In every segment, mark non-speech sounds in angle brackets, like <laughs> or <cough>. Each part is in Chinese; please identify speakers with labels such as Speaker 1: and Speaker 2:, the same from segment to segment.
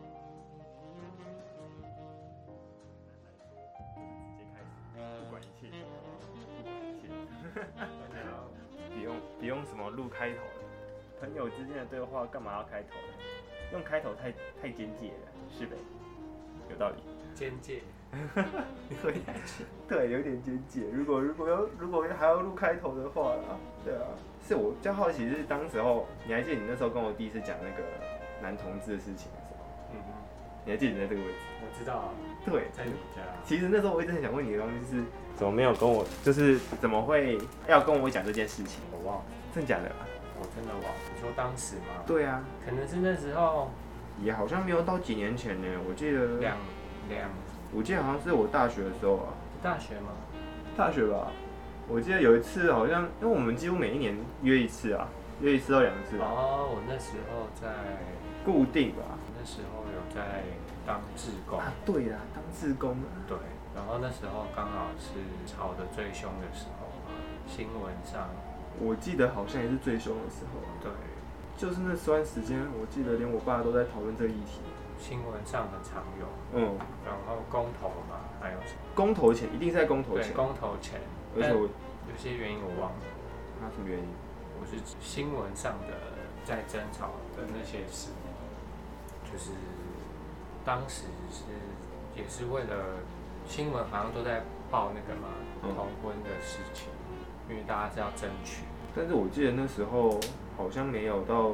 Speaker 1: 嗯 <laughs> 不用不用什么路开头的，朋友之间的对话干嘛要开头呢？用开头太太简洁了，是呗？有道理。
Speaker 2: 简介，
Speaker 1: 对，对，有点简洁。如果如果要如果还要录开头的话啦，对啊，是我比较好奇，是当时候你还记得你那时候跟我第一次讲那个男同志的事情的时候，
Speaker 2: 嗯，
Speaker 1: 你还记得你在这个位置？
Speaker 2: 我知道啊，
Speaker 1: 对，
Speaker 2: 在你家，啊
Speaker 1: 其实那时候我一直很想问你的东西是，怎么没有跟我，就是怎么会要跟我讲这件事情？
Speaker 2: 我忘了，
Speaker 1: 真假的、啊？
Speaker 2: 我真的忘了。你说当时吗？
Speaker 1: 对啊，
Speaker 2: 可能是那时候
Speaker 1: 也好像没有到几年前呢，我记得，
Speaker 2: 两两
Speaker 1: 我记得好像是我大学的时候啊，
Speaker 2: 大学吗？
Speaker 1: 大学吧，我记得有一次好像，因为我们几乎每一年约一次啊，约一次到两次吧，
Speaker 2: 哦，我那时候在，
Speaker 1: 固定吧。
Speaker 2: 那时候有在当志工，
Speaker 1: 啊，对啦，当志工啊。
Speaker 2: 对，然后那时候刚好是吵得最凶的时候嘛，新闻上，
Speaker 1: 我记得好像也是最凶的时候啊，
Speaker 2: 对，
Speaker 1: 就是那段时间，我记得连我爸都在讨论这个议题。
Speaker 2: 新闻上很常有，
Speaker 1: 嗯，
Speaker 2: 然后公投嘛，还有什么？
Speaker 1: 公投前一定是在公投
Speaker 2: 对，
Speaker 1: 前，
Speaker 2: 公投前，
Speaker 1: 而且我
Speaker 2: 有些原因我忘了，
Speaker 1: 那什么原因？
Speaker 2: 我是指新闻上的在争吵的那些事，就是当时是也是为了新闻好像都在报那个嘛
Speaker 1: 嗯
Speaker 2: 同婚的事情，因为大家是要争取，
Speaker 1: 但是我记得那时候好像没有到，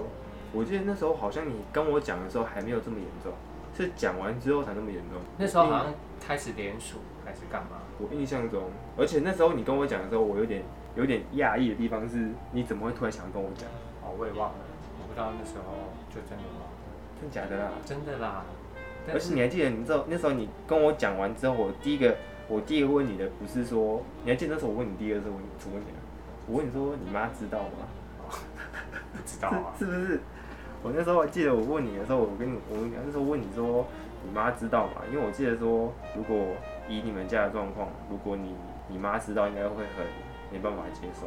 Speaker 1: 我记得那时候好像你跟我讲的时候还没有这么严重，是讲完之后才那么严重。
Speaker 2: 那时候好像开始联署还是干嘛？
Speaker 1: 我印象中，而且那时候你跟我讲的时候，我有点有点讶异的地方是，你怎么会突然想要跟我讲？
Speaker 2: 哦，我也忘了，我不知道那时候就真的忘了，
Speaker 1: 真假的啦？
Speaker 2: 真的啦。但
Speaker 1: 而且
Speaker 2: 是
Speaker 1: 你还记得，你知道那时候你跟我讲完之后，我第一个我第一个问你的不是说，你还记得那时候我问你第一个是问怎么问你啊？我问你说你妈知道吗？
Speaker 2: 不知道啊，
Speaker 1: 是不是？我那时候还记得我问你的时候，我跟你我那时候问你说你妈知道吗？因为我记得说，如果以你们家的状况，如果你你妈知道，应该会很没办法接受，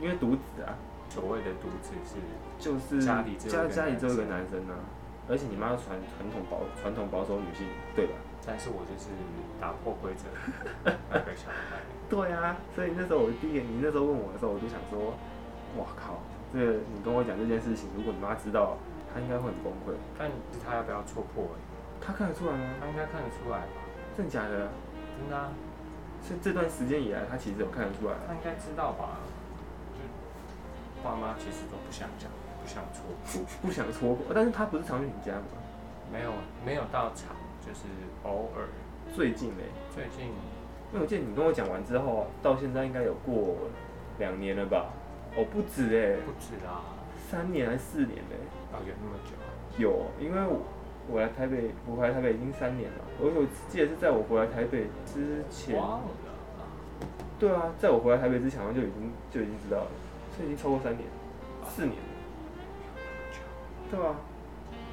Speaker 1: 因为独子啊，
Speaker 2: <laughs> 所谓的独子是
Speaker 1: 就是
Speaker 2: 家里只有一
Speaker 1: 家
Speaker 2: 个
Speaker 1: 家里
Speaker 2: 男
Speaker 1: 只有一个
Speaker 2: 生
Speaker 1: 男生啊，而且你妈传传统保传统保守女性，对吧？
Speaker 2: 但是我就是打破规 <laughs> 则的那个小孩。
Speaker 1: 对啊，所以那时候我第一个，你那时候问我的时候，我就想说，哇靠，这个你跟我讲这件事情，如果你妈知道，她应该会很崩溃。
Speaker 2: 但是他要不要戳破、欸？
Speaker 1: 她看得出来吗？
Speaker 2: 他应该看得出来吧？
Speaker 1: 真的假的？
Speaker 2: 真的、啊，
Speaker 1: 所以这段时间以来，她其实有看得出来。
Speaker 2: 他应该知道吧？就爸妈其实都不想讲，不想戳破。
Speaker 1: 不不想戳破，但是她不是常去你家吗？
Speaker 2: 没有没有到场，就是偶尔。
Speaker 1: 最近嘞、
Speaker 2: 最近
Speaker 1: 因为我记得你跟我讲完之后，到现在应该有过两年了吧？哦，不止哎、
Speaker 2: 不止啦，
Speaker 1: 三年还是四年嘞、
Speaker 2: 哦有那么久啊？
Speaker 1: 有，因为我我来台北，我回来台北已经三年了。而且我记得是在我回来台北之前，
Speaker 2: 忘了啊。
Speaker 1: 对啊，在我回来台北之前好像就已经就已经知道了，所以已经超过三年，四年了，对啊。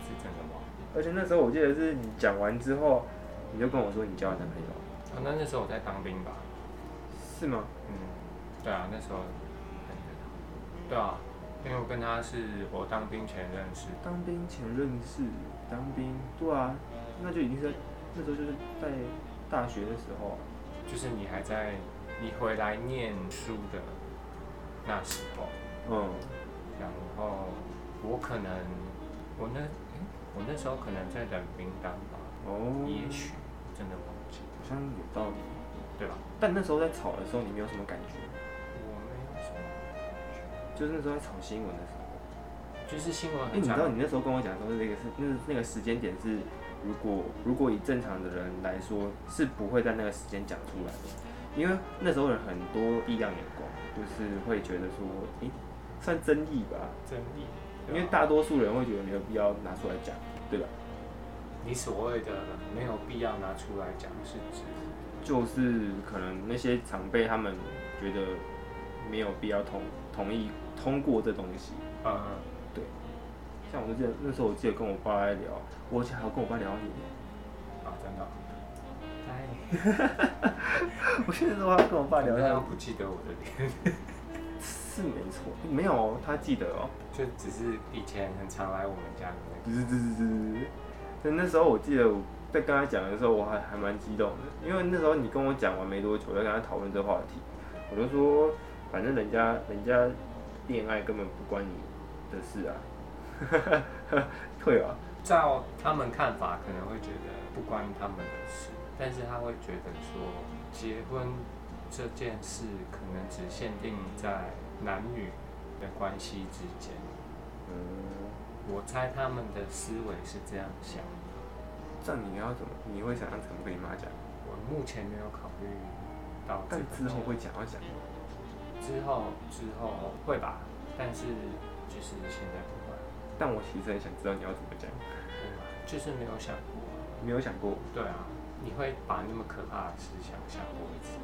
Speaker 2: 是真的忘了。
Speaker 1: 而且那时候我记得是你讲完之后，你就跟我说你交了男朋友，
Speaker 2: 哦，那那时候我在当兵吧？
Speaker 1: 是吗？
Speaker 2: 嗯，对啊，那时候很对啊，因为我跟他是我当兵前认识，
Speaker 1: 当兵前认识，当兵，对啊，那就已经是在那时候就是在大学的时候啊，
Speaker 2: 就是你还在你回来念书的那时候，
Speaker 1: 嗯，
Speaker 2: 然后我可能我那诶我那时候可能在等兵单吧，
Speaker 1: 哦，
Speaker 2: 也许真的忘记，
Speaker 1: 好像有道理。
Speaker 2: 对吧？
Speaker 1: 但那时候在吵的时候，你没有什么感觉吗？
Speaker 2: 我没有什么
Speaker 1: 就是那时候在炒新闻的时候，
Speaker 2: 感觉，就是新闻
Speaker 1: 哎、你
Speaker 2: 哦很
Speaker 1: 知
Speaker 2: 长，
Speaker 1: 道你那时候跟我讲的时候，那个是那那个时间点是，如果如果以正常的人来说，是不会在那个时间讲出来的，因为那时候有很多异样眼光，就是会觉得说，诶、算争议吧，
Speaker 2: 真理，
Speaker 1: 因
Speaker 2: 对
Speaker 1: 为
Speaker 2: 吧
Speaker 1: 大多数人会觉得没有必要拿出来讲，对吧？
Speaker 2: 你所谓的没有必要拿出来讲，是指
Speaker 1: 就是可能那些长辈他们觉得没有必要同同意通过这东西，
Speaker 2: 呃，
Speaker 1: 像我就记得那时候我记得跟我爸在聊，我而且还有跟我爸聊你。
Speaker 2: 啊，真的，哎，
Speaker 1: <laughs> 我现在都要跟我爸聊
Speaker 2: 反正他
Speaker 1: 聊，
Speaker 2: 不记得我的脸。 <laughs>
Speaker 1: 是没错，没有哦他记得哦，
Speaker 2: 就只是以前很常来我们家的那个，
Speaker 1: 滋滋滋滋滋。但那时候我记得我在跟他讲的时候，我还还蛮激动的，因为那时候你跟我讲完没多久，我在跟他讨论这个话题，我就说，反正人家人家恋爱根本不关你的事啊， <laughs> 退吧。
Speaker 2: 照他们看法，可能会觉得不关他们的事，但是他会觉得说，结婚这件事可能只限定在男女的关系之间。
Speaker 1: 嗯，
Speaker 2: 我猜他们的思维是这样想的。
Speaker 1: 这样你要怎么？你会想要怎么跟你妈讲？
Speaker 2: 我目前没有考虑到这
Speaker 1: 但
Speaker 2: 个
Speaker 1: 之后
Speaker 2: 阶
Speaker 1: 会讲要讲。
Speaker 2: 之后之后会吧，但是就是现在不会，
Speaker 1: 但我其实很想知道你要怎么讲，
Speaker 2: 不会，就是没有想过。
Speaker 1: 没有想过
Speaker 2: 对啊，你会把那么可怕的事想想过一次。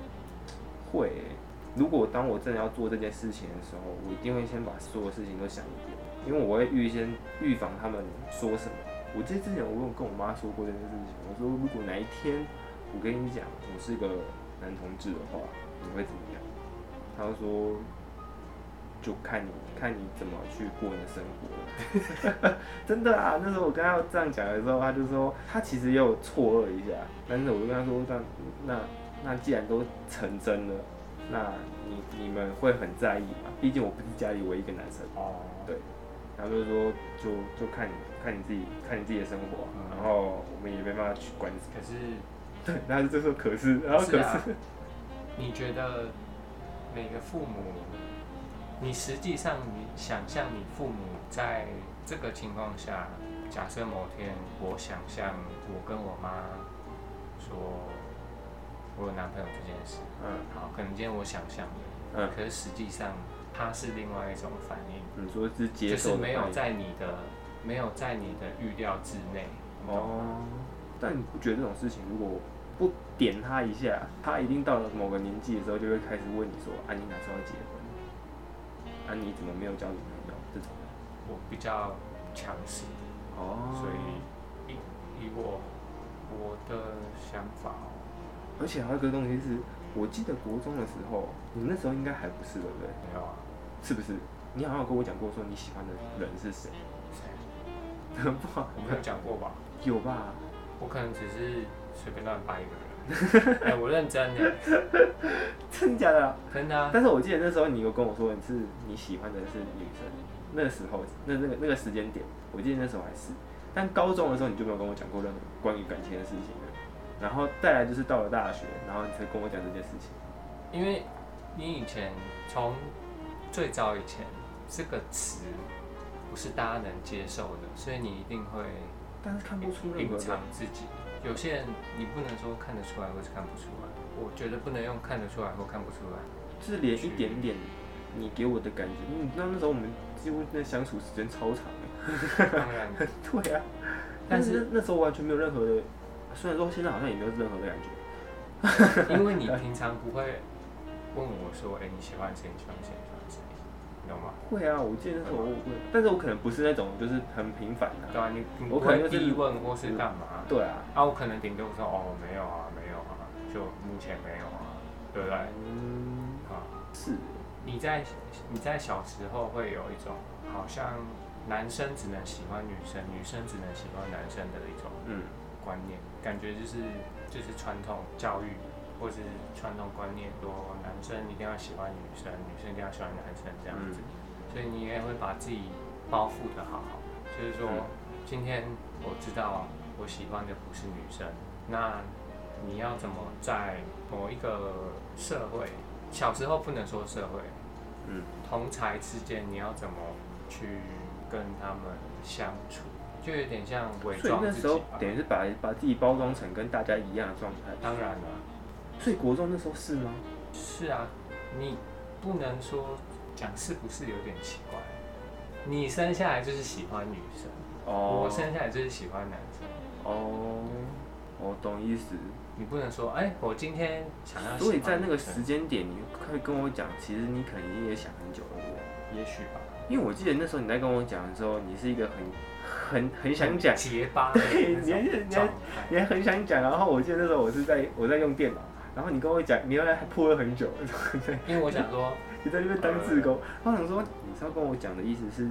Speaker 1: 会欸、如果当我真的要做这件事情的时候，我一定会先把所有事情都想一遍，因为我会预先预防他们说什么。我记得之前我有跟我妈说过这件事情，我说如果哪一天我跟你讲我是个男同志的话，你会怎么样？她就说，就看你看你怎么去过你的生活。 <laughs> 真的啊，那时候我跟她这样讲的时候，她就说她其实也有错愕一下，但是我就跟她说，这样那那既然都成真了，那你你们会很在意吗？毕竟我不是家里唯一一个男生。
Speaker 2: 哦，
Speaker 1: 对然后就说就就看你看你自己看你自己的生活啊，
Speaker 2: 嗯
Speaker 1: 然后我们也没办法去管你。 <laughs>
Speaker 2: 可是
Speaker 1: 对，然后就说可是，然后可
Speaker 2: 是
Speaker 1: 是，
Speaker 2: 啊你觉得每个父母，你实际上你想象你父母在这个情况下，假设某天我想象我跟我妈说我有男朋友这件事，
Speaker 1: 嗯
Speaker 2: 好，可能今天我想象的，
Speaker 1: 嗯，
Speaker 2: 可是实际上它是另外一种反应，
Speaker 1: 你说是接
Speaker 2: 就是
Speaker 1: 受的
Speaker 2: 没有
Speaker 1: 反应
Speaker 2: 在你的没有在你的预料之内，你懂吗
Speaker 1: 哦，但你不觉得这种事情如果不点他一下，他一定到了某个年纪的时候就会开始问你说啊你哪时候要结婚？啊你怎么没有交女朋友？这种的。
Speaker 2: 我比较强势。
Speaker 1: 哦
Speaker 2: 所以以以我我的想法哦，
Speaker 1: 而且还有一个东西是，我记得国中的时候，你那时候应该还不是对不对？
Speaker 2: 没有啊，
Speaker 1: 是不是？你好像有跟我讲过说你喜欢的人是谁？ <laughs>
Speaker 2: 谁
Speaker 1: 不好，
Speaker 2: 我没有讲过吧？
Speaker 1: 有吧？
Speaker 2: <laughs> 我可能只是随便乱掰一个 <laughs> 人。哎、我认真的，
Speaker 1: 真的假的啊、
Speaker 2: 真的、啊。
Speaker 1: 但是我记得那时候你有跟我说你是你喜欢的是女生，那时候那那个那个时间点，我记得那时候还是。但高中的时候你就没有跟我讲过任何关于感情的事情了。然后再来就是到了大学，然后你才跟我讲这件事情。
Speaker 2: 因为你以前从最早以前这个词不是大家能接受的，所以你一定会
Speaker 1: 但是看不出任何
Speaker 2: 隐
Speaker 1: 的
Speaker 2: 藏，自己。有些人你不能说看得出来或是看不出来，我觉得不能用看得出来或看不出来。
Speaker 1: 就是连一点点你给我的感觉，你知道那时候我们几乎那相处时间超长的。
Speaker 2: 当 <laughs> 然，
Speaker 1: <laughs> 对啊，但
Speaker 2: 但
Speaker 1: 是
Speaker 2: 是
Speaker 1: 那那时候完全没有任何的，虽然说现在好像也没有任何的感觉， <laughs>
Speaker 2: 因为你平常不会问我说，哎、你喜欢谁？你喜欢谁？你喜欢谁？你懂吗？
Speaker 1: 会啊，我记得那时候我会，但是我可能不是那种就是很频繁的、
Speaker 2: 对啊，你你
Speaker 1: 我
Speaker 2: 不
Speaker 1: 可能
Speaker 2: 会
Speaker 1: 就是
Speaker 2: 逼问或是干嘛？
Speaker 1: 对啊，
Speaker 2: 啊，我可能顶多说，哦，没有啊，没有啊，就目前没有啊，对不对？
Speaker 1: 嗯，
Speaker 2: 啊，
Speaker 1: 是，
Speaker 2: 你在你在小时候会有一种好像男生只能喜欢女生，女生只能喜欢男生的一种
Speaker 1: 嗯，
Speaker 2: 观念，感觉就是就是传统教育或是传统观念说哦男生一定要喜欢女生，女生一定要喜欢男生这样子，
Speaker 1: 嗯
Speaker 2: 所以你也会把自己包覆的好好。就是说，
Speaker 1: 嗯
Speaker 2: 今天我知道我喜欢的不是女生，那你要怎么在某一个社会，小时候不能说社会，
Speaker 1: 嗯，
Speaker 2: 同才之间你要怎么去跟他们相处，就有点像伪
Speaker 1: 所以
Speaker 2: 装
Speaker 1: 那
Speaker 2: 自
Speaker 1: 时
Speaker 2: 己
Speaker 1: 候
Speaker 2: 吧。
Speaker 1: 等于是把把自己包装成跟大家一样的状态，
Speaker 2: 当然了，
Speaker 1: 所以国中那时候是吗？
Speaker 2: 是啊，你不能说讲是不是有点奇怪。你生下来就是喜欢女生，我生下来就是喜欢男生，
Speaker 1: 哦，我懂意思，
Speaker 2: 你不能说哎、我今天想要喜欢女生。
Speaker 1: 所以在那个时间点，你可以跟我讲，其实你可能已经也想很久了，对不对
Speaker 2: 也许吧，
Speaker 1: 因为我记得那时候你在跟我讲的时候，你是一个很很很想讲。 <laughs>
Speaker 2: 结巴的
Speaker 1: 对
Speaker 2: 那
Speaker 1: 你还是
Speaker 2: 种
Speaker 1: 你还
Speaker 2: 状
Speaker 1: 是
Speaker 2: 态。
Speaker 1: 你还很想讲，然后我记得那时候我是在我在用电脑，然后你跟我讲，你原来还破了 <laughs> 很久，
Speaker 2: 因为我想说，
Speaker 1: 你在那边当志工，然后我想说你是要跟我讲的意思是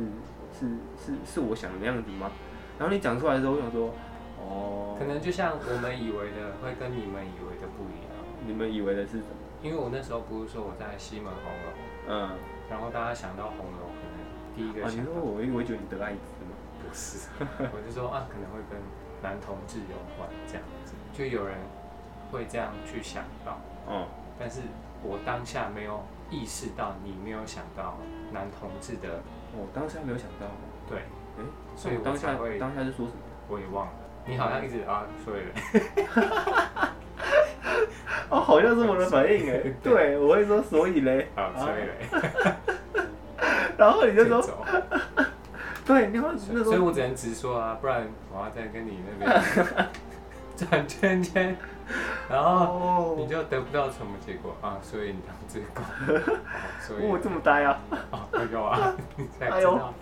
Speaker 1: 是是是我想的那样子吗？然后你讲出来的时候，我想说，哦，
Speaker 2: 可能就像我们以为的会跟你们以为的不一样，
Speaker 1: 你们以为的是什么？
Speaker 2: 因为我那时候不是说我在西门红楼，
Speaker 1: 嗯，
Speaker 2: 然后大家想到红楼，可能第一
Speaker 1: 啊，
Speaker 2: 个
Speaker 1: 你
Speaker 2: 想
Speaker 1: 说
Speaker 2: 到
Speaker 1: 我，我以为你得艾滋嘛，
Speaker 2: 不
Speaker 1: <laughs>
Speaker 2: 是，我就说啊，可能会跟男同志有关这样子，就有人会这样去想到，
Speaker 1: 哦，
Speaker 2: 但是我当下没有意识到，你没有想到男同志的
Speaker 1: 我当下没有想到，
Speaker 2: 对，
Speaker 1: 诶，
Speaker 2: 所以
Speaker 1: 我
Speaker 2: 我
Speaker 1: 哦当
Speaker 2: 才
Speaker 1: 下
Speaker 2: 会，
Speaker 1: 当下是说什么？
Speaker 2: 我也忘了，你好像一直啊，所以
Speaker 1: 哦，好像是我的反应哎， <laughs> 对，我会说所以嘞，
Speaker 2: 啊，所以嘞，
Speaker 1: 然 <laughs> 后你就
Speaker 2: 就
Speaker 1: 说，
Speaker 2: 走。
Speaker 1: 对，你好，那时
Speaker 2: 所以
Speaker 1: 候
Speaker 2: 我只能直说啊，不然我要再跟你那边
Speaker 1: <laughs>
Speaker 2: 转圈圈，然后你
Speaker 1: 哦，
Speaker 2: 就得不到什么结果啊，所以你当自贡，哦所以
Speaker 1: 我这么呆啊， <laughs>
Speaker 2: 哦，哎呦啊，你才
Speaker 1: 哎
Speaker 2: 知
Speaker 1: 呦
Speaker 2: 道，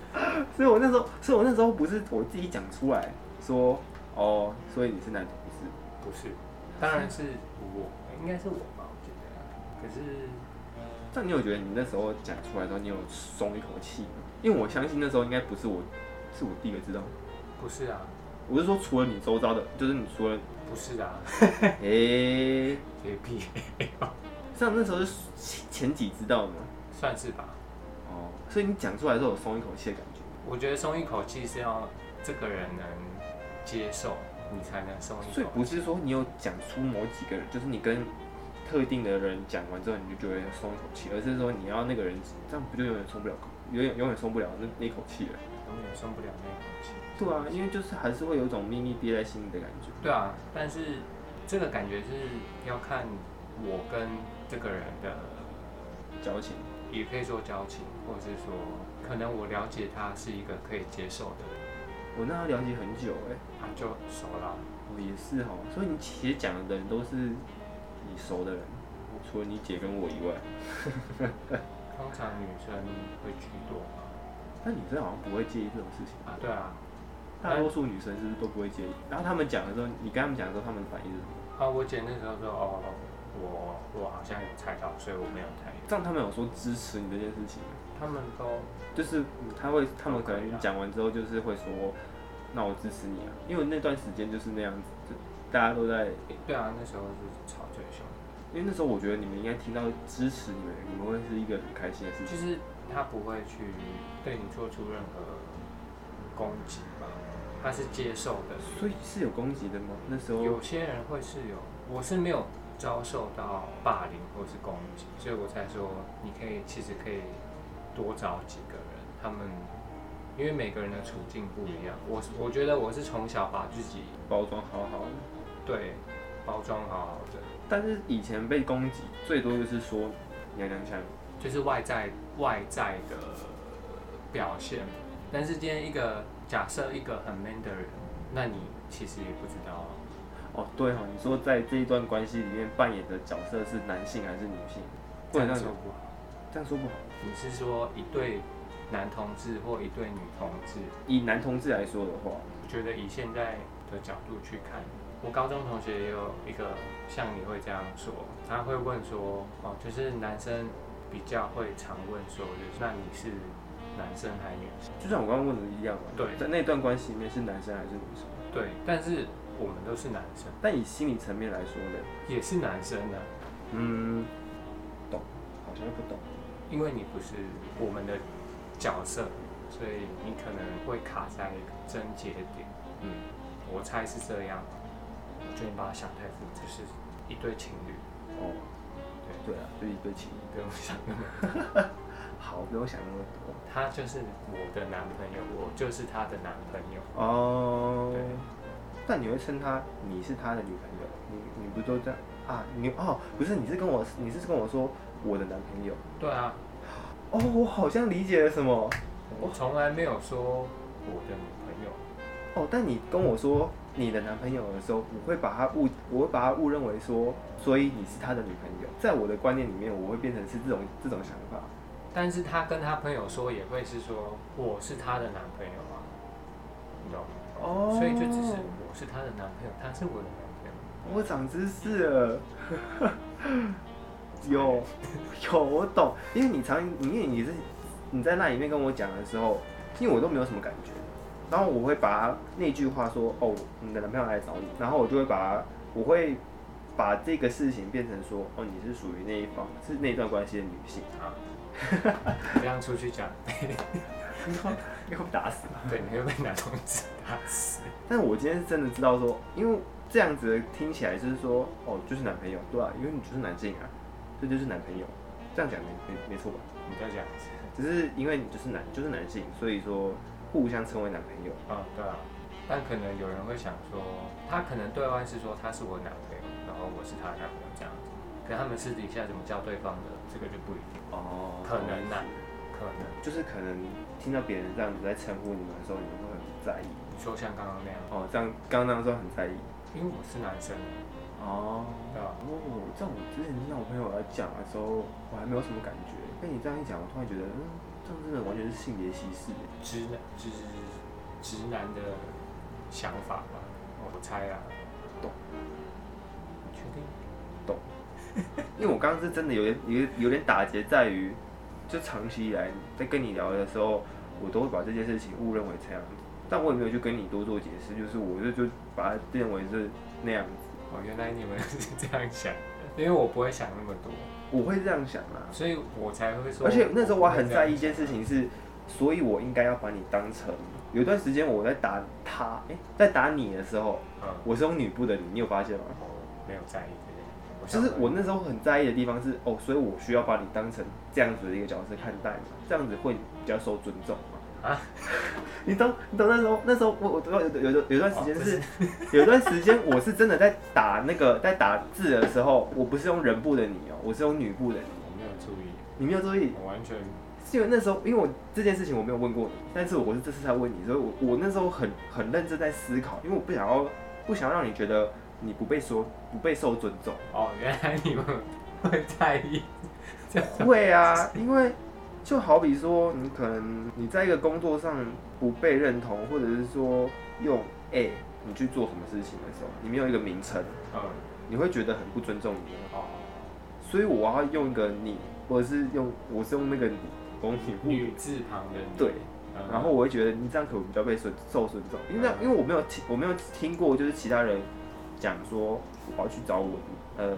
Speaker 1: 所以我那时候，所以我那时候不是我自己讲出来说，哦，所以你是男同志，
Speaker 2: 不是，当然是我，应该是我吧，我觉得，可是
Speaker 1: 但你有觉得你那时候讲出来的时候，你有松一口气吗？因为我相信那时候应该不是我，是我第一个知道。
Speaker 2: 不是啊，
Speaker 1: 我是说，除了你周遭的，就是你除了， <laughs>
Speaker 2: 不是啊，
Speaker 1: 诶、
Speaker 2: 洁癖
Speaker 1: 像那时候是前前几知道的嘛，
Speaker 2: 算是吧，
Speaker 1: 哦，所以你讲出来的时候有松一口气的感觉。
Speaker 2: 我觉得松一口气是要这个人能接受，你才能松一
Speaker 1: 所以
Speaker 2: 口，
Speaker 1: 不是说你有讲出某几个人，就是你跟特定的人讲完之后，你就觉得松一口气，而是说你要那个人，这样不就永远松不了口，永远永远松不了那那口气了。
Speaker 2: 永远松不了那一口气。
Speaker 1: 对啊，因为就是还是会有一种秘密憋在心里的感觉。
Speaker 2: 对啊，但是这个感觉是要看我跟这个人的，
Speaker 1: 矫情，
Speaker 2: 也可以说交情，或者是说可能我了解他是一个可以接受的人，
Speaker 1: 我那要了解很久哎、
Speaker 2: 啊就熟了。
Speaker 1: 哦，也是哈，所以你其实讲的人都是你熟的人，除了你姐跟我以外，
Speaker 2: 通常女生会居多嘛
Speaker 1: 但女生好像不会介意这种事情，
Speaker 2: 啊，对啊，
Speaker 1: 大多数女生是不是都不会介意？然后他们讲的时候，你跟他们讲的时候，他们的反应是什么？
Speaker 2: 啊我姐那时候说哦，我我好像有猜到，所以我没有猜，
Speaker 1: 这样他们有说支持你这件事情吗，
Speaker 2: 他们都
Speaker 1: 就是他会，他们可
Speaker 2: OK
Speaker 1: 能
Speaker 2: 啊
Speaker 1: 讲完之后就是会说，那我支持你啊，因为那段时间就是那样子，就大家都在，
Speaker 2: 对啊，那时候是吵最凶，
Speaker 1: 因为那时候我觉得你们应该听到支持你们，你们会是一个很开心的事情。
Speaker 2: 就是他不会去对你做出任何攻击吧，他是接受的。
Speaker 1: 所以是有攻击的吗？那时候
Speaker 2: 有些人会是有，我是没有遭受到霸凌或是攻击，所以我才说你可以其实可以多找几个人，他们因为每个人的处境不一样，我是我觉得我是从小把自己
Speaker 1: 包装好好的。
Speaker 2: 对包装好好的，
Speaker 1: 但是以前被攻击最多就是说娘娘腔，
Speaker 2: 就是外在外在的表现，但是今天一个假设一个很 man 的人，那你其实也不知道啊。
Speaker 1: 哦对哦，你说在这一段关系里面扮演的角色是男性还是女性？不能
Speaker 2: 这
Speaker 1: 让
Speaker 2: 样
Speaker 1: 你
Speaker 2: 说不好。
Speaker 1: 这样说不好。
Speaker 2: 你是说一对男同志或一对女同志？
Speaker 1: 以男同志来说的话，
Speaker 2: 我觉得以现在的角度去看，我高中同学也有一个像你会这样说，他会问说，哦，就是男生比较会常问说，就是那你是男生还是女生？
Speaker 1: 就像我刚刚问的一样嘛，
Speaker 2: 对
Speaker 1: 在那段关系里面是男生还是女生？
Speaker 2: 对，但是我们都是男生，
Speaker 1: 但以心理层面来说呢，
Speaker 2: 也是男生啊，
Speaker 1: 嗯，懂，好像又不懂。
Speaker 2: 因为你不是我们的角色，所以你可能会卡在一个症结点。
Speaker 1: 嗯，
Speaker 2: 我猜是这样，我觉得你把它想太复杂，就是一对情侣，
Speaker 1: 哦，对啊，就一对情侣。
Speaker 2: 不用想那么
Speaker 1: 好，不用想那么多。
Speaker 2: 他就是我的男朋友，我就是他的男朋友。
Speaker 1: 哦
Speaker 2: 对，
Speaker 1: 但你会称她你是他的女朋友，你你不都这样啊？你哦，不是，你是跟我，你是跟我说我的男朋友。
Speaker 2: 对啊，
Speaker 1: 哦，我好像理解了什么。
Speaker 2: 我从来没有说我的女朋友。
Speaker 1: 哦，但你跟我说你的男朋友的时候，我会把他误，我会把他误认为说，所以你是他的女朋友。在我的观念里面，我会变成是这种这种想法。
Speaker 2: 但是他跟他朋友说也会是说我是他的男朋友啊，你懂吗？
Speaker 1: 哦
Speaker 2: 所以就只是我是他的男朋友，他是我的男朋友。
Speaker 1: 我长知识了。 <laughs> 有有，我懂，因为你常，因为你是你在那里面跟我讲的时候，因为我都没有什么感觉，然后我会把那句话说，哦，你的男朋友来找你，然后我就会把，我会把这个事情变成说，哦，你是属于那一方，是那段关系的女性， <laughs>
Speaker 2: 啊， <laughs> 这样出去讲，
Speaker 1: 你会被打死。
Speaker 2: 对，你会被男同志打死。
Speaker 1: 但我今天是真的知道说，因为这样子听起来就是说，哦，就是男朋友，对啊，因为你就是男性啊，这就是男朋友，这样讲没没没错吧？
Speaker 2: 你不要这样子
Speaker 1: 只是因为你就是男，就是男性，所以说互相称为男朋友。
Speaker 2: 啊，对啊。但可能有人会想说，他可能对外是说他是我男朋友，然后我是他男朋友这样子，可他们私底下怎么叫对方的，这个就不一定，
Speaker 1: 哦
Speaker 2: 可能啊呐、可能。
Speaker 1: 就是可能听到别人这样子在称呼你们的时候，你们会很不在意。
Speaker 2: 你说像刚刚那样，
Speaker 1: 哦，这样刚刚那时候很在意。
Speaker 2: 因为我是男生，
Speaker 1: 哦，
Speaker 2: 对啊
Speaker 1: 哦，这样我之前听到我朋友来讲的时候，我还没有什么感觉。被你这样一讲，我突然觉得，嗯，这样真的完全是性别歧视欸耶。
Speaker 2: 直男直直男的想法吧，我猜啊。
Speaker 1: 懂？
Speaker 2: 你确定？
Speaker 1: <laughs> 因为我刚刚是真的有点有点有点打结，在于就长期以来在跟你聊的时候，我都会把这件事情误认为这样子，但我也没有去跟你多做解释，就是我就就把它认为是那样子，
Speaker 2: 哦，原来你们是这样想的，因为我不会想那么多，
Speaker 1: 我会这样想啊。
Speaker 2: 所以我才会说。
Speaker 1: 而且那时候我很在意一
Speaker 2: 这
Speaker 1: 件
Speaker 2: 样
Speaker 1: 事情是，所以我应该要把你当成。有一段时间我在打他，哎、在打你的时候，
Speaker 2: 嗯，
Speaker 1: 我是用女部的你，你有发现吗？
Speaker 2: 我没有在意这个。我
Speaker 1: 就
Speaker 2: 想
Speaker 1: 是我那时候很在意的地方是，哦，所以我需要把你当成这样子的一个角色看待嘛，这样子会比较受尊重嘛。
Speaker 2: 啊，
Speaker 1: <laughs> 你懂你懂那时候那时候我我我有有有有段时间是， <laughs> 有段时间我是真的在打那个在打字的时候，我不是用人部的你哦，我是用女部的你，
Speaker 2: 我没有注意，
Speaker 1: 你没有注意，
Speaker 2: 我完全
Speaker 1: 是因为那时候因为我这件事情我没有问过你，但是我是这次才问你，所以我我那时候很很认真在思考，因为我不想要不想要让你觉得你不被说不被受尊重。
Speaker 2: 哦，原来
Speaker 1: <laughs>
Speaker 2: 你们会在意。
Speaker 1: 会啊，因为就好比说，你可能你在一个工作上不被认同，或者是说用 A 你去做什么事情的时候，你没有一个名称，
Speaker 2: 嗯，
Speaker 1: 你会觉得很不尊重你。
Speaker 2: 哦，
Speaker 1: 所以我要用一个你，或者是用我是用那个你，我用你
Speaker 2: 女字旁的女。
Speaker 1: 对，
Speaker 2: 嗯
Speaker 1: 然后我会觉得你这样可能比较被尊受尊重，因为那因为我没有听我没有听过就是其他人讲说我要去找我呃，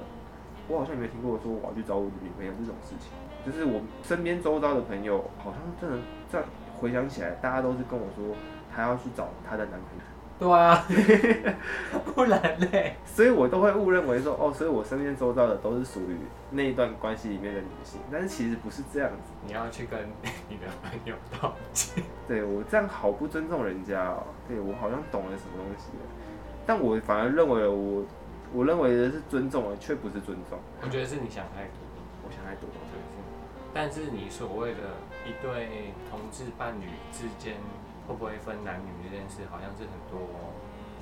Speaker 1: 我好像也没有听过说我要去找我女朋友这种事情，就是我身边周遭的朋友好像真的这样回想起来，大家都是跟我说她要去找她的男朋友，
Speaker 2: 对啊， <laughs> 不然嘞，
Speaker 1: 所以我都会误认为说哦，所以我身边周遭的都是属于那一段关系里面的女性，但是其实不是这样子，
Speaker 2: 你要去跟你的朋友道歉。
Speaker 1: 对我这样好不尊重人家哦，对我好像懂了什么东西了，但我反而认为了我我认为的是尊重而却不是尊重，
Speaker 2: 我觉得是你想太多。
Speaker 1: 我想太多了。
Speaker 2: 对，但是你所谓的一对同志伴侣之间会不会分男女这件事，好像是很多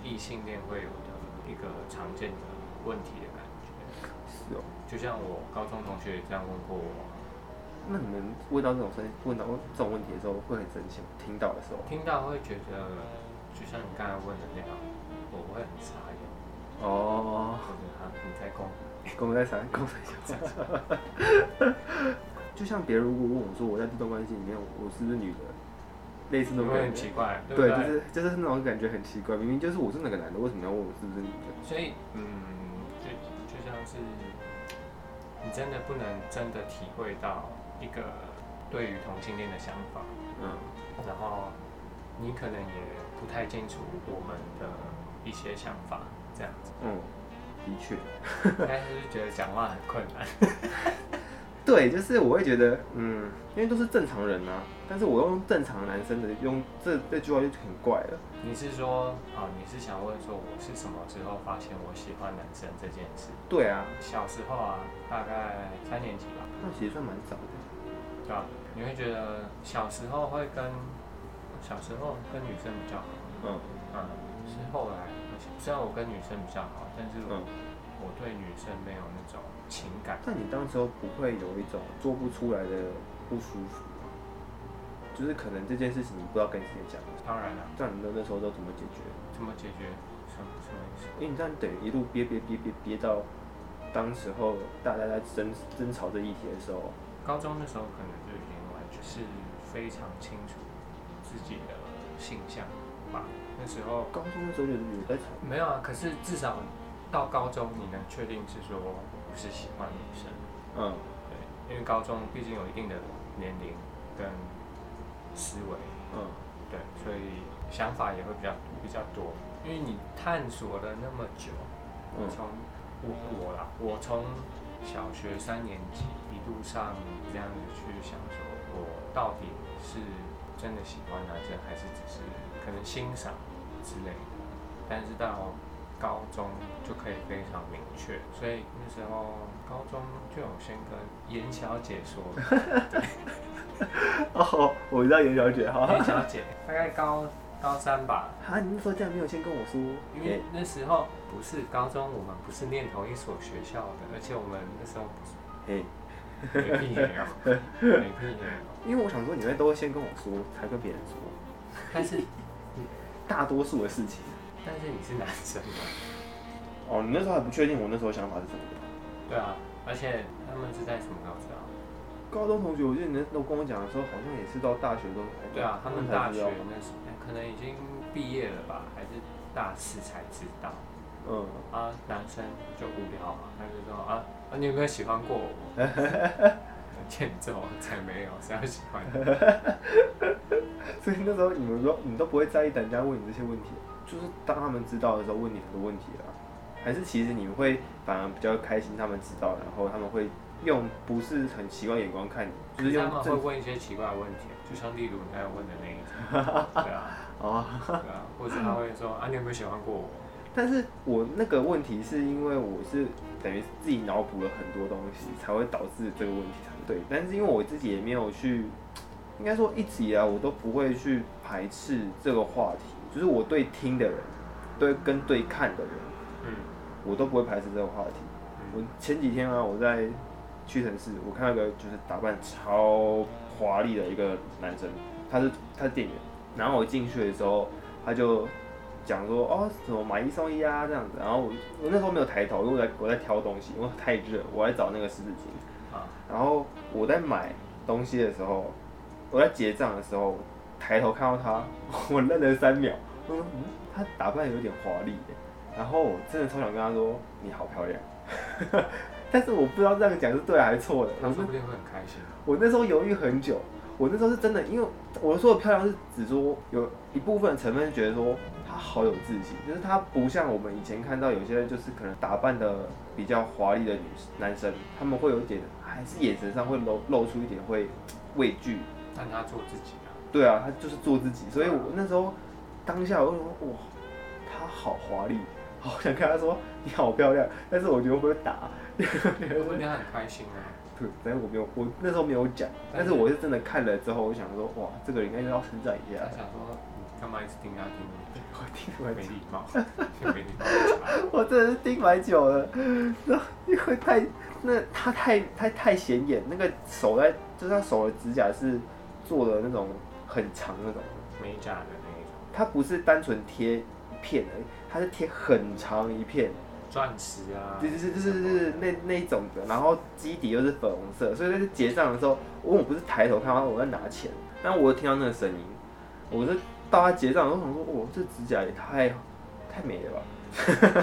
Speaker 2: 异性恋会有的一个常见的问题的感觉。
Speaker 1: 是哦，
Speaker 2: 就像我高中同学也这样问过我，
Speaker 1: 那你们问到这种生问到这种问题的时候会很生气吗？听到的时候，
Speaker 2: 听到会觉得，就像你刚才问的那样，我会很傻眼，
Speaker 1: 哦
Speaker 2: 或，者啊你在公
Speaker 1: 跟我在想，跟我在想，就像别人如果问我说我在这段关系里面我是不是女的，类似那种
Speaker 2: 你会
Speaker 1: 感
Speaker 2: 很
Speaker 1: 觉，
Speaker 2: 奇怪，对不
Speaker 1: 对，
Speaker 2: 对？
Speaker 1: 就是就是那种感觉很奇怪，明明就是我是那个男的，为什么要问我是不是女的？
Speaker 2: 所以，嗯，就就像是你真的不能真的体会到一个对于同性恋的想法，
Speaker 1: 嗯，
Speaker 2: 然后你可能也不太清楚我们的一些想法，这样子，
Speaker 1: 嗯，的确。
Speaker 2: 但是就觉得讲话很困难。
Speaker 1: 对，就是我会觉得，嗯，因为都是正常人啊，但是我用正常男生的用这这句话就很怪了。
Speaker 2: 你是说，哦，你是想问说我是什么时候发现我喜欢男生这件事？
Speaker 1: 对啊，
Speaker 2: 小时候啊，大概三年级吧，
Speaker 1: 那其实算蛮早的。
Speaker 2: 对吧？你会觉得小时候会跟小时候跟女生比较好。
Speaker 1: 嗯
Speaker 2: 嗯，是后来，虽然我跟女生比较好，但是我,、
Speaker 1: 嗯，
Speaker 2: 我对女生没有那种情感，
Speaker 1: 但你当时候不会有一种做不出来的不舒服吗？就是可能这件事情你不知道跟谁讲，
Speaker 2: 当然了、
Speaker 1: 但你的那时候都怎么解决？
Speaker 2: 怎么解决？什么什么意思？
Speaker 1: 因为你这样等于一路憋憋憋憋憋到当时候大家在争争吵这议题的时候，
Speaker 2: 高中的时候可能就已经完全是非常清楚自己的性向吧。那时候
Speaker 1: 高中的时候就有在吵。
Speaker 2: 没有啊，可是至少到高中你能确定是说我是喜欢女生，
Speaker 1: 嗯，
Speaker 2: 对，因为高中毕竟有一定的年龄跟思维，
Speaker 1: 嗯，
Speaker 2: 对，所以想法也会比较比较多，因为你探索了那么久，我
Speaker 1: 嗯
Speaker 2: 从我我啦，我从小学三年级一路上这样子去想，说我到底是真的喜欢男生，还是只是可能欣赏之类的。但是到高中就可以非常明确，所以那时候高中就有先跟严小姐说，
Speaker 1: <laughs> 哦，我知道严小姐哈。
Speaker 2: 严小姐大概高高三吧，
Speaker 1: 啊，你那时候竟然没有先跟我说？
Speaker 2: 因为那时候不是高中，我们不是念同一所学校的，而且我们那时候不
Speaker 1: 嘿，
Speaker 2: 是没屁眼哦，没屁眼哦。
Speaker 1: 因为我想说你会都先跟我说，才跟别人说。
Speaker 2: 但是
Speaker 1: 大多数的事情，
Speaker 2: 但是你是男生啊，
Speaker 1: 哦，你那时候还不确定我那时候想法是什么的。
Speaker 2: 对啊，而且他们是在什么高中啊？
Speaker 1: 高中同学，我记得你那时候跟我讲的时候，好像也是到大学都才
Speaker 2: 对啊，他们
Speaker 1: 才
Speaker 2: 大
Speaker 1: 知
Speaker 2: 学
Speaker 1: 道
Speaker 2: 那时哎可能已经毕业了吧，还是大四才知道
Speaker 1: 嗯，
Speaker 2: 啊。男生就无聊嘛，他就说啊啊，你有没有喜欢过我？欠揍，才没有，谁要喜欢你？
Speaker 1: 所以那时候你们说你都不会在意人家问你这些问题，就是当他们知道的时候问你很多问题啦。还是其实你们会反而比较开心，他们知道，然后他们会用不是很奇怪的眼光看你，就是
Speaker 2: 他
Speaker 1: 用
Speaker 2: 们会
Speaker 1: 正
Speaker 2: 问一些奇怪的问题，就像例如你刚才问的那一
Speaker 1: <laughs>
Speaker 2: 种，对啊，
Speaker 1: 哦，
Speaker 2: 对啊，或者他会说啊，你有没有喜欢过我？
Speaker 1: 但是我那个问题是因为我是等于自己脑补了很多东西，才会导致这个问题才对。但是因为我自己也没有去，应该说一直以来我都不会去排斥这个话题，就是我对听的人，对跟对看的人，
Speaker 2: 嗯
Speaker 1: 我都不会排斥这个话题。我前几天啊，我在屈臣氏，我看到一个就是打扮超华丽的一个男生，他是他是店员，然后我进去的时候，他就讲说哦什么买一送一啊这样子，然后我我那时候没有抬头，因为我在我在挑东西，因为太热，我在找那个湿纸巾，
Speaker 2: 啊，
Speaker 1: 然后我在买东西的时候，我在结账的时候抬头看到他， <laughs> 我愣了三秒，我说嗯，他打扮有点华丽耶，然后我真的超想跟他说你好漂亮， <laughs> 但是我不知道这样讲是对还是错的，
Speaker 2: 他
Speaker 1: 我
Speaker 2: 说
Speaker 1: 是
Speaker 2: 不定会很开心。啊
Speaker 1: 我那时候犹豫很久，我那时候是真的，因为我说的漂亮是指说有一部分成分是觉得说她好有自信，就是她不像我们以前看到有些人就是可能打扮的比较华丽的女男生，他们会有点还是眼神上会露露出一点会畏惧。
Speaker 2: 但他做自己
Speaker 1: <laughs>
Speaker 2: 啊，
Speaker 1: 对啊，他就是做自己，所以我那时候当下我就说哇，她好华丽，好想跟她说你好漂亮，但是我觉得会不会打？
Speaker 2: 说不定他很开心啊。
Speaker 1: 对，但是我没有，我那时候没有讲，但是我是真的看了之后，我想说，哇，这个应该要称赞一
Speaker 2: 他
Speaker 1: 下。
Speaker 2: 想说你干嘛一直盯他盯
Speaker 1: <laughs> 我听
Speaker 2: 我，
Speaker 1: 完
Speaker 2: 没，礼貌，没礼貌的查。
Speaker 1: <laughs> 我真的是听蛮久了，那因为太那他太太太显眼，那个手在就是他手的指甲是做的那种很长那种，
Speaker 2: 美甲的那一种，
Speaker 1: 它不是单纯贴一片而已，它是贴很长一片，
Speaker 2: 钻石啊，
Speaker 1: 对对对对对对，那那一种的，然后基底又是粉红色，所以在结账的时候，我我不是抬头看到我在拿钱，但我听到那个声音，我是到他结账，我想说，哇，这指甲也太太美了吧， <laughs>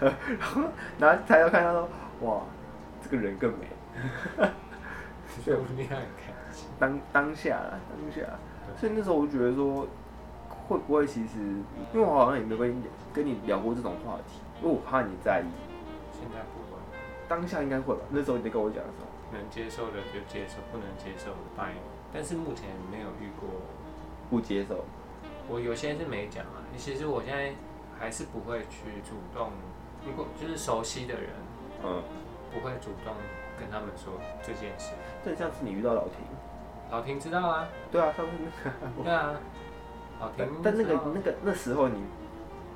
Speaker 1: 然后拿抬头看他说，哇，这个人更美，
Speaker 2: 说不定他很开心。
Speaker 1: 当当下啦当下，所以那时候我就觉得说，会不会其实，因为我好像也没有跟你跟你聊过这种话题，因为我怕你在意，
Speaker 2: 现在不会，
Speaker 1: 当下应该会吧，那时候你在跟我讲的时候。
Speaker 2: 能接受的就接受，不能接受的拜。但是目前没有遇过，
Speaker 1: 不接受。
Speaker 2: 我有些是没讲啊。其实我现在还是不会去主动，如果就是熟悉的人，
Speaker 1: 嗯，
Speaker 2: 不会主动跟他们说这件事。
Speaker 1: 对，上次你遇到老婷，
Speaker 2: 老婷知道啊，
Speaker 1: 对啊，上次那个，
Speaker 2: 对啊，老
Speaker 1: 但
Speaker 2: 婷
Speaker 1: 但那
Speaker 2: 知道啊
Speaker 1: 个那个那时候你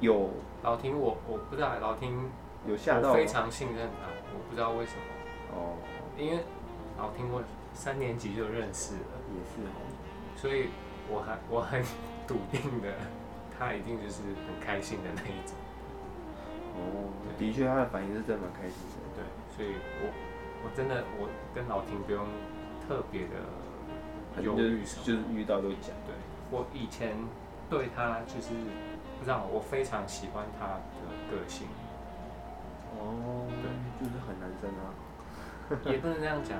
Speaker 1: 有
Speaker 2: 老婷我我不知道，老婷
Speaker 1: 有吓
Speaker 2: 我
Speaker 1: 到吗
Speaker 2: 非？常信任他，我不知道为什么，
Speaker 1: 哦，
Speaker 2: 因为老婷我三年级就认识了，
Speaker 1: 也是哦，
Speaker 2: 所以我还我很笃定的，他一定就是很开心的那一种，
Speaker 1: 哦，的确他的反应是真的蛮开心的。
Speaker 2: 对，所以我我真的我跟老婷不用特别的犹豫什
Speaker 1: 就
Speaker 2: 么，
Speaker 1: 就是遇到就讲，
Speaker 2: 对我以前对他就是不知道，我非常喜欢他的个性，
Speaker 1: 哦，对，就是很男生啊，
Speaker 2: 也不能这样讲，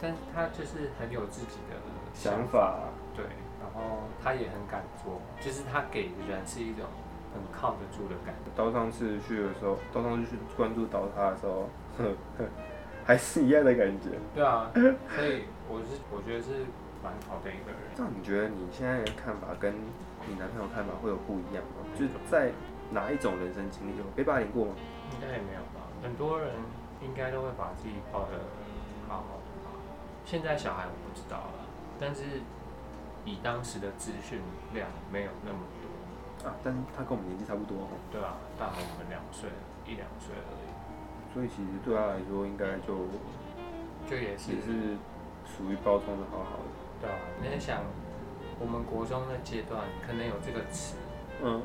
Speaker 2: 但是他就是很有自己的
Speaker 1: 想法
Speaker 2: 对，然后他也很敢做，就是他给人是一种很靠得住的感觉。
Speaker 1: 到上次去的时候，到上次去关注到他的时候， <laughs> 呵呵还是一样的感觉。
Speaker 2: 对啊，所以我是我觉得是蛮好的一个人。
Speaker 1: 那你觉得你现在的看法跟你男朋友看法会有不一样吗？就是在哪一种人生经历有被霸凌过吗？
Speaker 2: 应该也没有吧？
Speaker 1: 嗯
Speaker 2: 很多人应该都会把自己抱得好好的吧。现在小孩我不知道了，但是以当时的资讯量没有那么多，
Speaker 1: 啊，但是他跟我们年纪差不多哦，
Speaker 2: 对啊，大我们两岁，一两岁而
Speaker 1: 所以其实对他来说应该就
Speaker 2: 已，就也是
Speaker 1: 也是属于包装的好好的。
Speaker 2: 对啊。你在想，我们国中的阶段可能有这个词，
Speaker 1: 嗯，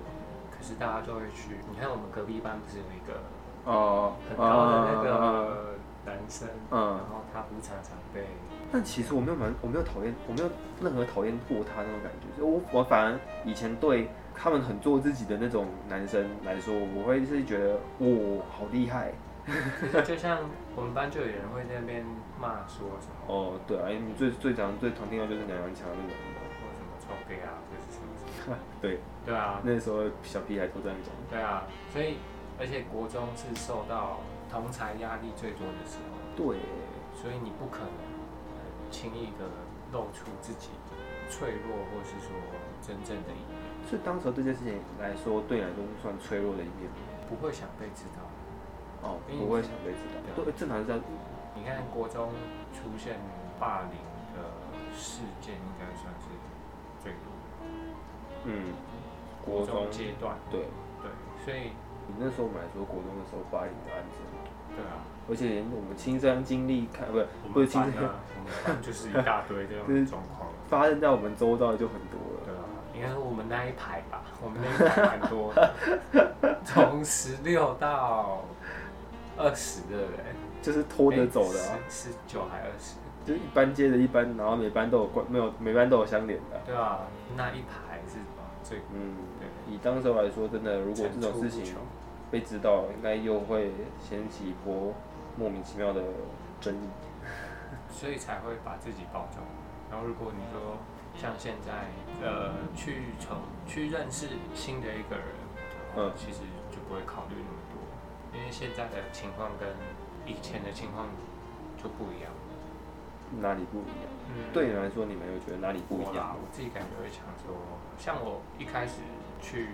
Speaker 2: 可是大家就会去。你看我们隔壁班不是有一个
Speaker 1: 哦，
Speaker 2: 很高的那
Speaker 1: 啊，
Speaker 2: 个男生，然
Speaker 1: 嗯。
Speaker 2: 后他不是常常被
Speaker 1: 但其实我没有蛮，我没有讨厌，我没有任何讨厌过他那种感觉。就我我反而以前对他们很做自己的那种男生来说，我会是觉得哇、好厉害
Speaker 2: 可是就像我们班就有人会在那边骂说什么，
Speaker 1: 哦。对啊，因为你最最常最常听到就是娘娘腔那种。 <laughs>
Speaker 2: 或什么臭 gay 啊，或者是什么什么，
Speaker 1: 对，
Speaker 2: 对啊，
Speaker 1: 那时候小屁孩都这样讲。
Speaker 2: 对啊，所以而且国中是受到同才压力最多的时候，
Speaker 1: 对，
Speaker 2: 所以你不可能轻易的露出自己呃脆弱或是说真正的一面，
Speaker 1: 所以当时候这件事情来说，对你来说算脆弱的一面
Speaker 2: 不会想被知道。
Speaker 1: 哦，
Speaker 2: 嗯
Speaker 1: 不会想被知
Speaker 2: 啊
Speaker 1: 道。对，正常是这样。
Speaker 2: 你看国中出现霸凌的事件，应该算是最多。
Speaker 1: 嗯，
Speaker 2: 国
Speaker 1: 国中
Speaker 2: 中阶段，
Speaker 1: 对，
Speaker 2: 对，所以
Speaker 1: 你那时候我们来说国中的时候霸凌的案子。
Speaker 2: 对啊。
Speaker 1: 而且连我们亲身经历看，不是
Speaker 2: 我
Speaker 1: 不
Speaker 2: 们
Speaker 1: 是亲
Speaker 2: 班
Speaker 1: 身，
Speaker 2: 啊，我们班就是一大堆这种状况。
Speaker 1: <laughs> 发生在我们周遭的就很多了。
Speaker 2: 对啊，应该是我们那一排吧， <laughs> 我们那一排蛮多的，从十六到二十的人，
Speaker 1: 就是拖着走的、啊，
Speaker 2: 十十九还二十，
Speaker 1: 就是一班接着一班，然后每班都有关，没有每班都有相连的啊、
Speaker 2: 对啊，那一排是最
Speaker 1: 嗯，
Speaker 2: 对
Speaker 1: 以当时候来说，真的，如果这种事
Speaker 2: 层出
Speaker 1: 情
Speaker 2: 不穷
Speaker 1: 被知道，应该又会掀起一波莫名其妙的争议。
Speaker 2: 所以才会把自己包装。然后如果你说像现在呃去从去认识新的一个人，
Speaker 1: 嗯
Speaker 2: 嗯，其实就不会考虑那么多，因为现在的情况跟以前的情况就不一样了。
Speaker 1: 哪里不一样？
Speaker 2: 嗯，
Speaker 1: 对你来说，你们有觉得哪里不
Speaker 2: 我
Speaker 1: 一样？，
Speaker 2: 啦我自己感觉会想说，像我一开始去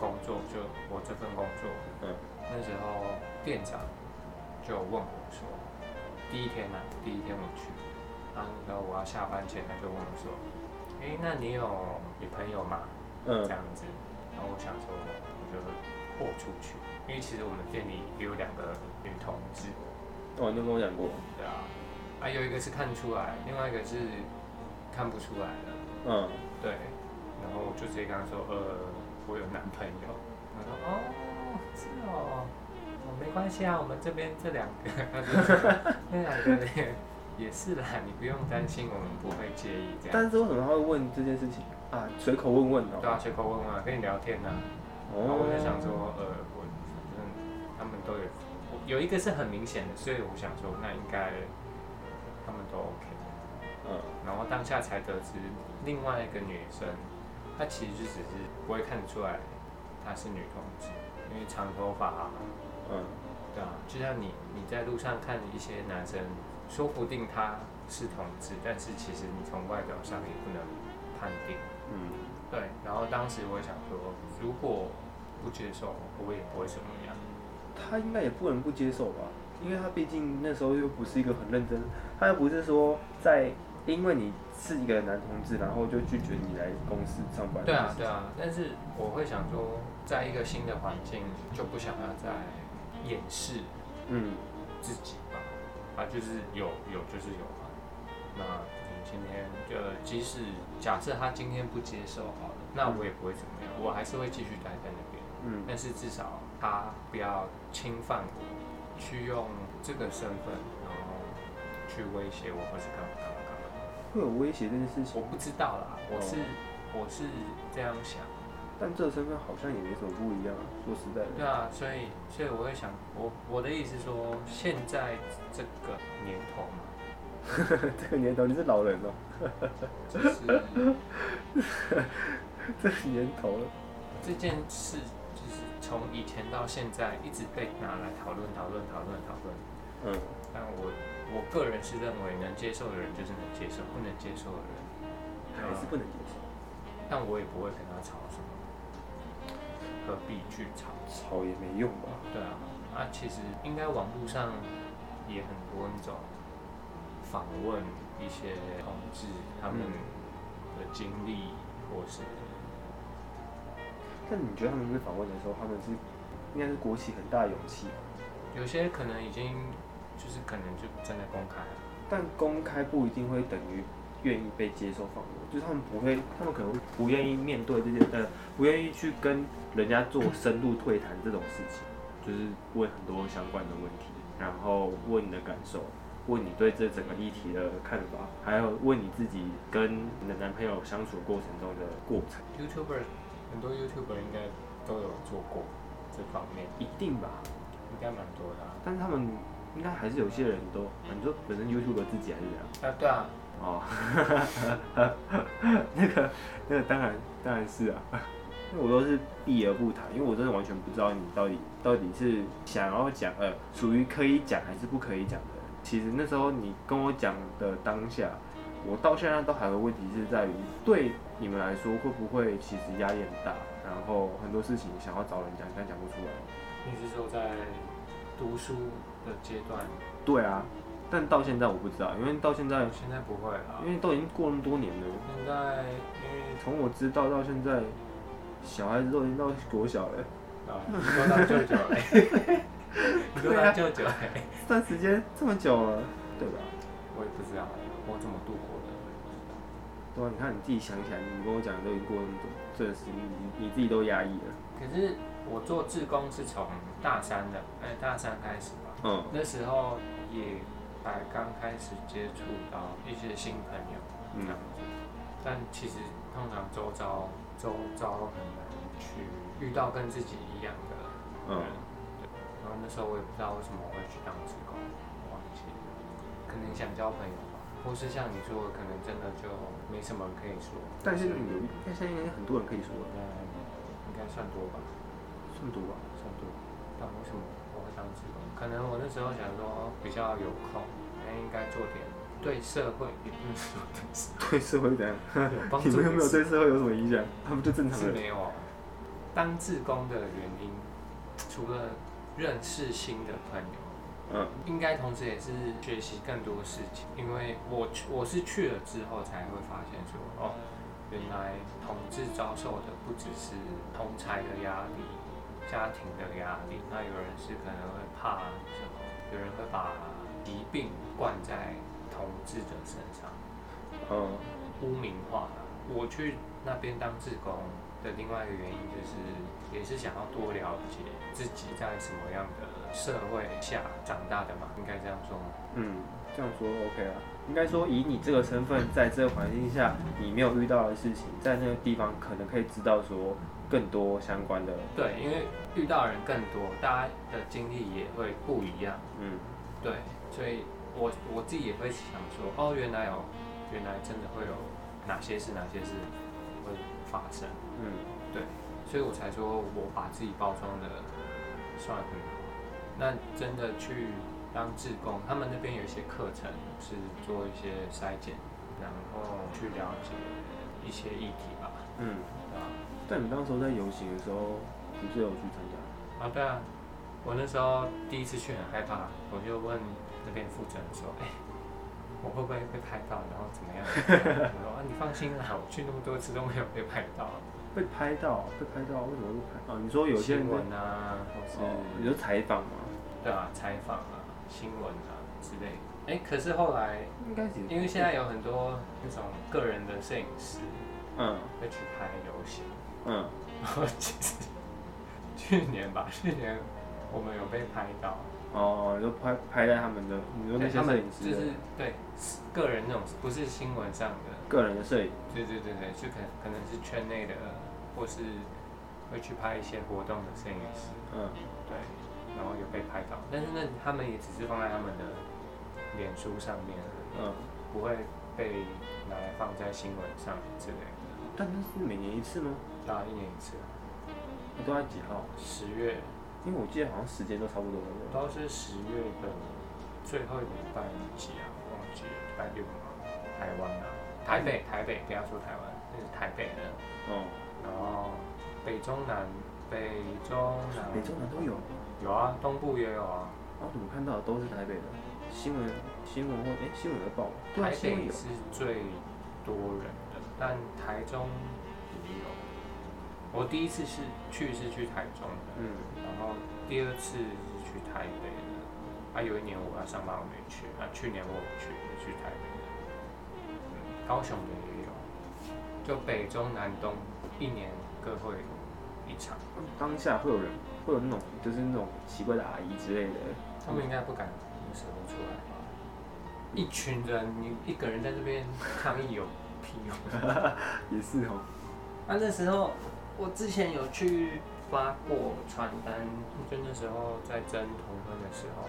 Speaker 2: 工作，就我这份工作，
Speaker 1: 嗯，
Speaker 2: 那时候店长就问我说，第一天呢、第一天我去，然后我要下班前，他就问我说，诶，那你有女朋友吗？
Speaker 1: 嗯
Speaker 2: 这样子，然后我想说，我就豁出去，因为其实我们店里也有两个女同志，
Speaker 1: 哦，你都跟我讲过，
Speaker 2: 对啊，啊有一个是看出来，另外一个是看不出来的。
Speaker 1: 嗯，
Speaker 2: 对，然后我就直接跟他说，呃，我有男朋友。他说，哦，是哦，哦没关系啊，我们这边这两个，他说那两个也也是啦，你不用担心，我们不会介意这样。
Speaker 1: 但是为什么他会问这件事情啊？随口问问
Speaker 2: 对
Speaker 1: 哦。
Speaker 2: 啊，随口问问啊，跟你聊天呐、然后我就想说，呃，我反正他们都有，我有一个是很明显的，所以我想说，那应该他们都 OK。
Speaker 1: 嗯，
Speaker 2: 然后当下才得知，另外一个女生，她其实就只是不会看得出来她是女同志，因为长头发、啊，
Speaker 1: 嗯，
Speaker 2: 对啊，就像你你在路上看一些男生，说不定他是同志，但是其实你从外表上也不能判定。
Speaker 1: 嗯，
Speaker 2: 对，然后当时我也想说，如果不接受，我也不会怎么样。
Speaker 1: 他应该也不能不接受吧，因为他毕竟那时候又不是一个很认真，他又不是说在因为你是一个男同志，然后就拒绝你来公司上班。
Speaker 2: 对啊，对啊，但是我会想说，在一个新的环境，就不想要再掩饰
Speaker 1: 嗯，
Speaker 2: 自己吧，啊，就是有有就是有嘛。那你今天呃，即使假设他今天不接受好了，那我也不会怎么样，我还是会继续待在那边。
Speaker 1: 嗯
Speaker 2: 但是至少他不要侵犯我，去用这个身份，然后去威胁我，或是干嘛干嘛干嘛。
Speaker 1: 会有威胁这件事情，
Speaker 2: 我不知道啦，我是、我是这样想，
Speaker 1: 但这个身份好像也没什么不一样啊。说实在
Speaker 2: 对
Speaker 1: 的，
Speaker 2: 啊，所以所以我会想，我我的意思是说，现在这个年头嘛，
Speaker 1: <laughs> 这个年头你是老人哦、
Speaker 2: 就是
Speaker 1: <laughs> 这个年头了。
Speaker 2: 这件事，就是从以前到现在一直被拿来讨论、讨论、讨论、讨论。
Speaker 1: 嗯，
Speaker 2: 但我我个人是认为，能接受的人就是能接受，不能接受的人，
Speaker 1: 还是不能接受，
Speaker 2: 但我也不会跟他吵什么，何必去吵？
Speaker 1: 吵也没用吧？
Speaker 2: 对啊，啊，其实应该网络上也很多那种访问一些同志他们
Speaker 1: 嗯
Speaker 2: 的经历，或是
Speaker 1: 但你觉得他们被访问的时候，他们是应该是鼓起很大的勇气，
Speaker 2: 有些可能已经就是可能就真的公开了，
Speaker 1: 但公开不一定会等于愿意被接受访问，就是他们不会，他们可能会不愿意面对这件，呃，不愿意去跟人家做深入对谈这种事情，就是问很多相关的问题，然后问你的感受，问你对这整个议题的看法，还有问你自己跟你的男朋友相处过程中的过程，
Speaker 2: YouTuber 很多 YouTuber 应该都有做过这方面，
Speaker 1: 一定吧？
Speaker 2: 应该蛮多的啊。
Speaker 1: 但是他们应该还是有些人都，啊你说本身 YouTube 自己还是怎样？
Speaker 2: 啊，对啊，
Speaker 1: 哦，那个那个当然当然是啊，因为我都是避而不谈，因为我真的完全不知道你到底到底是想要讲呃属于可以讲还是不可以讲的。其实那时候你跟我讲的当下，我到现在都还有个问题是在于，对你们来说会不会其实压力很大，然后很多事情想要找人讲但讲不出来。
Speaker 2: 你是说在读书的阶段，
Speaker 1: 对啊，但到现在我不知道，因为到现在
Speaker 2: 嗯现在不会了
Speaker 1: 因，为都已经过那么多年了。
Speaker 2: 现在因为
Speaker 1: 从我知道到现在，小孩子都已经到国小了，
Speaker 2: 啊， <laughs> 你说当舅舅嘞， <laughs> 你说当舅舅嘞，
Speaker 1: 这段时间这么久了，对吧？
Speaker 2: 我也不知道啊我怎么度过的，我也不知道。
Speaker 1: 对啊，你看你自己想起来，你跟我讲都已经过那么多，这个时间你你自己都压抑了。
Speaker 2: 可是我做志工是从大三的，哎、大三开始吧，
Speaker 1: 嗯，
Speaker 2: 那时候也才刚开始接触到一些新朋友，
Speaker 1: 嗯
Speaker 2: 这样子。但其实通常周遭周遭很难去遇到跟自己一样的人，
Speaker 1: 嗯
Speaker 2: 对。然后那时候我也不知道为什么我会去当职工，忘记了，可能想交朋友吧，或是像你说的，可能真的就没什么可以说。
Speaker 1: 但是
Speaker 2: 是
Speaker 1: 有，但现在应该很多人可以说
Speaker 2: 我应该算多吧。
Speaker 1: 这么多啊吧？
Speaker 2: 程度。但为什么我会当职工？可能我那时候想说哦比较有空，那应该做点对社会也不是说对社
Speaker 1: 对社会怎样？
Speaker 2: 会有帮
Speaker 1: <laughs> 你
Speaker 2: 助
Speaker 1: 们有没
Speaker 2: 的
Speaker 1: 有
Speaker 2: 事，
Speaker 1: 对社会有什么影响？他们就正常
Speaker 2: 是
Speaker 1: 人。
Speaker 2: 没有啊。当志工的原因，除了认识新的朋友，
Speaker 1: 嗯
Speaker 2: 应该同时也是学习更多事情。因为我去我是去了之后才会发现说，哦，原来同志遭受的不只是同才的压力、家庭的压力，那有人是可能会怕什么，有人会把疾病灌在同志的身上，
Speaker 1: 嗯
Speaker 2: 污名化。我去那边当志工的另外一个原因就是，也是想要多了解自己在什么样的社会下长大的嘛，应该这样说吗？
Speaker 1: 嗯，这样说 OK 啊。应该说，以你这个身份，在这个环境下，你没有遇到的事情，在那个地方可能可以知道说更多相关的，
Speaker 2: 对，因为遇到的人更多，大家的经历也会不一样。
Speaker 1: 嗯，
Speaker 2: 对，所以我我自己也会想说，哦，原来哦，原来真的会有哪些事，哪些事会发生，
Speaker 1: 嗯，
Speaker 2: 所以我才说我把自己包装的算很好。那真的去当志工，他们那边有一些课程是做一些筛检，然后去了解一些议题吧，
Speaker 1: 嗯，
Speaker 2: 对吧？
Speaker 1: 但你当时候在游行的时候，你是有去参加？
Speaker 2: 啊，对啊，我那时候第一次去很害怕，我就问那边负责人说，哎、我会不会被拍到，然后怎么样？我说啊，你放心啦，我去那么多次都没有被拍到。
Speaker 1: 被拍到，被拍到，为什么会拍？哦，你说有些人
Speaker 2: 新
Speaker 1: 在
Speaker 2: 闻啊，或是、
Speaker 1: 哦，你说采访吗？
Speaker 2: 对啊，采访啊，新闻啊之类的。哎、可是后来，
Speaker 1: 应该是
Speaker 2: 因为现在有很多那种个人的摄影师
Speaker 1: 嗯
Speaker 2: 会去拍游行， <laughs>
Speaker 1: 嗯，
Speaker 2: 然后其实去年吧，去年我们有被拍到。
Speaker 1: 哦，你说拍拍在他们的，你说那
Speaker 2: 对
Speaker 1: 些
Speaker 2: 他
Speaker 1: 摄
Speaker 2: 们
Speaker 1: 影师
Speaker 2: 就
Speaker 1: 的
Speaker 2: 是对个人那种，不是新闻上的，
Speaker 1: 个人的摄影，
Speaker 2: 对对对对，就可可能是圈内的，或是会去拍一些活动的摄影师，
Speaker 1: 嗯，
Speaker 2: 对，然后有被拍到，但是那他们也只是放在他们的脸书上面而已，
Speaker 1: 嗯，
Speaker 2: 不会被拿来放在新闻上之类的。
Speaker 1: 但那是每年一次吗？
Speaker 2: 大概一年一次，啊
Speaker 1: 我都在几号？
Speaker 2: 十月
Speaker 1: 因为我记得好像时间都差不多了。对不对
Speaker 2: 都是十月的最后一个礼拜几啊？忘记了，礼拜六吗？台湾啊，台北，台北，不要说台湾，那是台北的。
Speaker 1: 哦，
Speaker 2: 然后北中南，北中
Speaker 1: 北
Speaker 2: 南
Speaker 1: 中南都有。
Speaker 2: 有啊，东部也有啊，
Speaker 1: 然后我看到的都是台北的新闻，新闻或哎、新闻有报吗？对啊，
Speaker 2: 台
Speaker 1: 新闻
Speaker 2: 北
Speaker 1: 有。
Speaker 2: 是最多人的，但台中也有。我第一次是去是去台中的，
Speaker 1: 嗯，
Speaker 2: 然后第二次是去台北的。啊，有一年我要上班我没去，啊，去年我有去就去台北的，嗯高雄的也有，就北中南东一年各会一场，
Speaker 1: 当下会有人，会有那种就是那种奇怪的阿姨之类的。
Speaker 2: 他们应该不敢那时候出来吧。一群人，你一个人在这边抗议有屁用？
Speaker 1: 也是哦。
Speaker 2: 啊，那时候我之前有去发过传单，就那时候在争同婚的时候，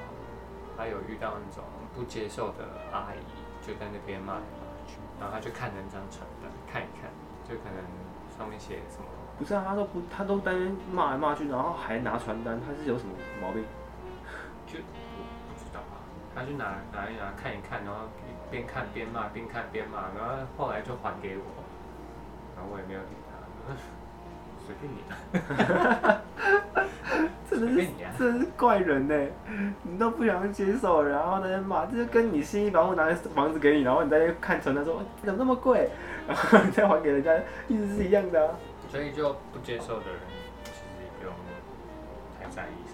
Speaker 2: 还有遇到那种不接受的阿姨，就在那边骂来骂去，然后他就看那张传单，看一看，就可能上面写什么，
Speaker 1: 不是啊，他都不，他都单骂来骂去，然后还拿传单，他是有什么毛病？
Speaker 2: 就我不知道啊，他就拿拿一拿看一看，然后边看边骂，边看边骂，然后后来就还给我，然后我也没有理他， <laughs> 随便你啊，
Speaker 1: 真
Speaker 2: 随
Speaker 1: 的是
Speaker 2: 便你啊。
Speaker 1: 真是怪人呢、你都不想接手，然后在那边骂，这就跟你心仪房屋拿房子给你，然后你在那边看传单说哎怎么那么贵，然后你再还给人家，意思是一样的啊。
Speaker 2: 所以就不接受的人，其实也不用太在意什